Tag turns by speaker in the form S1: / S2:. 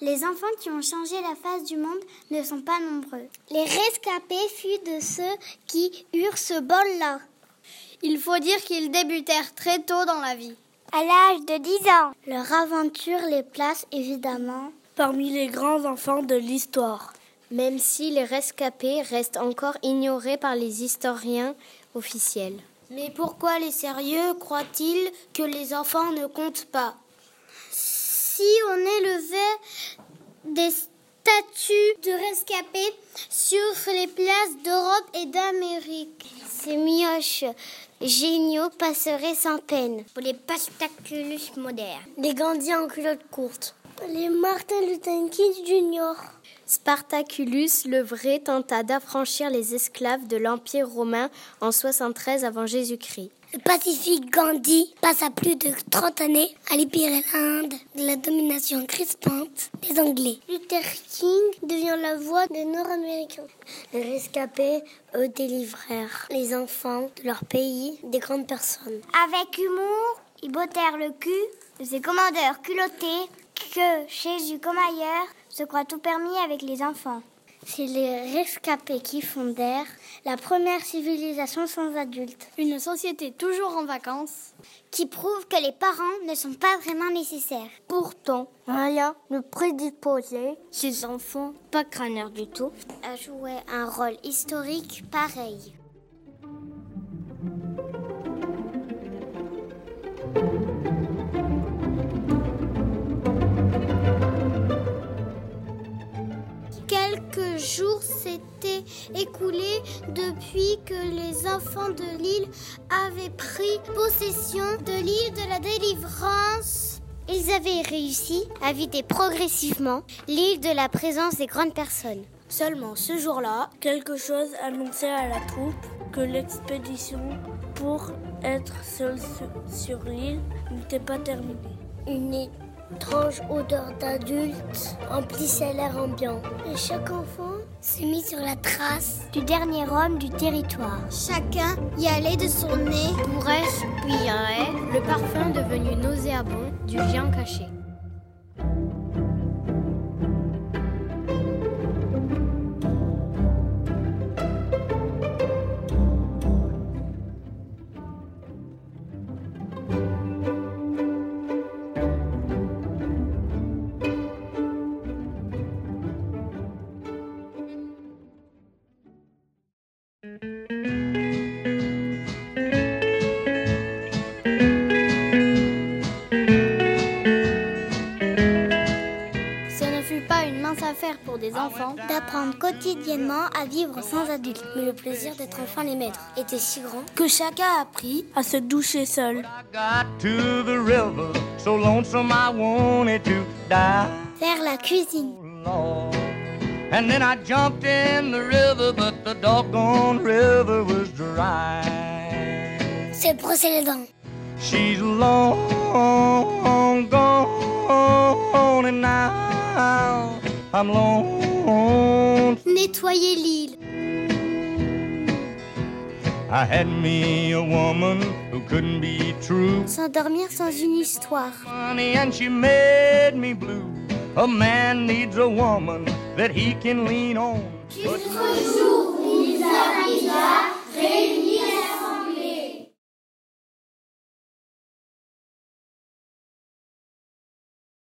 S1: Les enfants qui ont changé la face du monde ne sont pas nombreux.
S2: Les rescapés furent de ceux qui eurent ce bol-là.
S3: Il faut dire qu'ils débutèrent très tôt dans la vie.
S1: À l'âge de 10 ans,
S2: leur aventure les place évidemment
S4: parmi les grands enfants de l'histoire.
S5: Même si les rescapés restent encore ignorés par les historiens officiels.
S6: Mais pourquoi les sérieux croient-ils que les enfants ne comptent pas
S2: Si on élevait des statues de rescapés sur les places d'Europe et d'Amérique,
S1: ces mioches géniaux passeraient sans peine
S7: pour les pastaculaires modernes,
S8: les Gandhiens en culotte courte,
S9: les Martin Luther King Jr.
S5: Spartaculus le vrai tenta d'affranchir les esclaves de l'Empire romain en 73 avant Jésus-Christ.
S9: Le pacifique Gandhi passa plus de 30 années à libérer l'Inde de la domination crispante des Anglais.
S2: Luther King devient la voix des Nord-Américains.
S8: Les rescapés, eux, délivrèrent les enfants de leur pays des grandes personnes.
S1: Avec humour, ils bottèrent le cul de ces commandeurs culottés que, chez eux comme ailleurs, se croit tout permis avec les enfants.
S2: C'est les rescapés qui fondèrent la première civilisation sans adultes.
S3: Une société toujours en vacances
S1: qui prouve que les parents ne sont pas vraiment nécessaires.
S8: Pourtant, rien ne prédisposait ces enfants, pas crâneurs du tout,
S1: à jouer un rôle historique pareil.
S2: quelques jours s'étaient écoulés depuis que les enfants de l'île avaient pris possession de l'île de la délivrance.
S1: Ils avaient réussi à vider progressivement l'île de la présence des grandes personnes.
S7: Seulement ce jour-là,
S4: quelque chose annonçait à la troupe que l'expédition pour être seule sur l'île n'était pas terminée.
S9: Une étrange odeur d'adulte emplissait l'air ambiant. Et chaque enfant s'est mis sur la trace
S1: du dernier homme du territoire.
S2: Chacun y allait de son nez,
S5: pourrait respirer hein, le parfum devenu nauséabond du géant caché.
S3: pour des enfants
S1: d'apprendre quotidiennement à vivre sans adultes.
S8: Mais le plaisir d'être enfin les maîtres était si grand
S4: que chacun a appris à se doucher seul.
S1: Faire la cuisine. And then I jumped in the river, but the doggone
S8: river was dry. Se brosser les dents. She's long gone and now I'm
S2: long. Nettoyer l'île.
S8: I had me a woman who couldn't be true.
S1: S'endormir sans une histoire.
S8: Money and she made me blue. A man needs a woman that he can lean on.
S10: Jusqu'au jour où ils arrivent à réunir.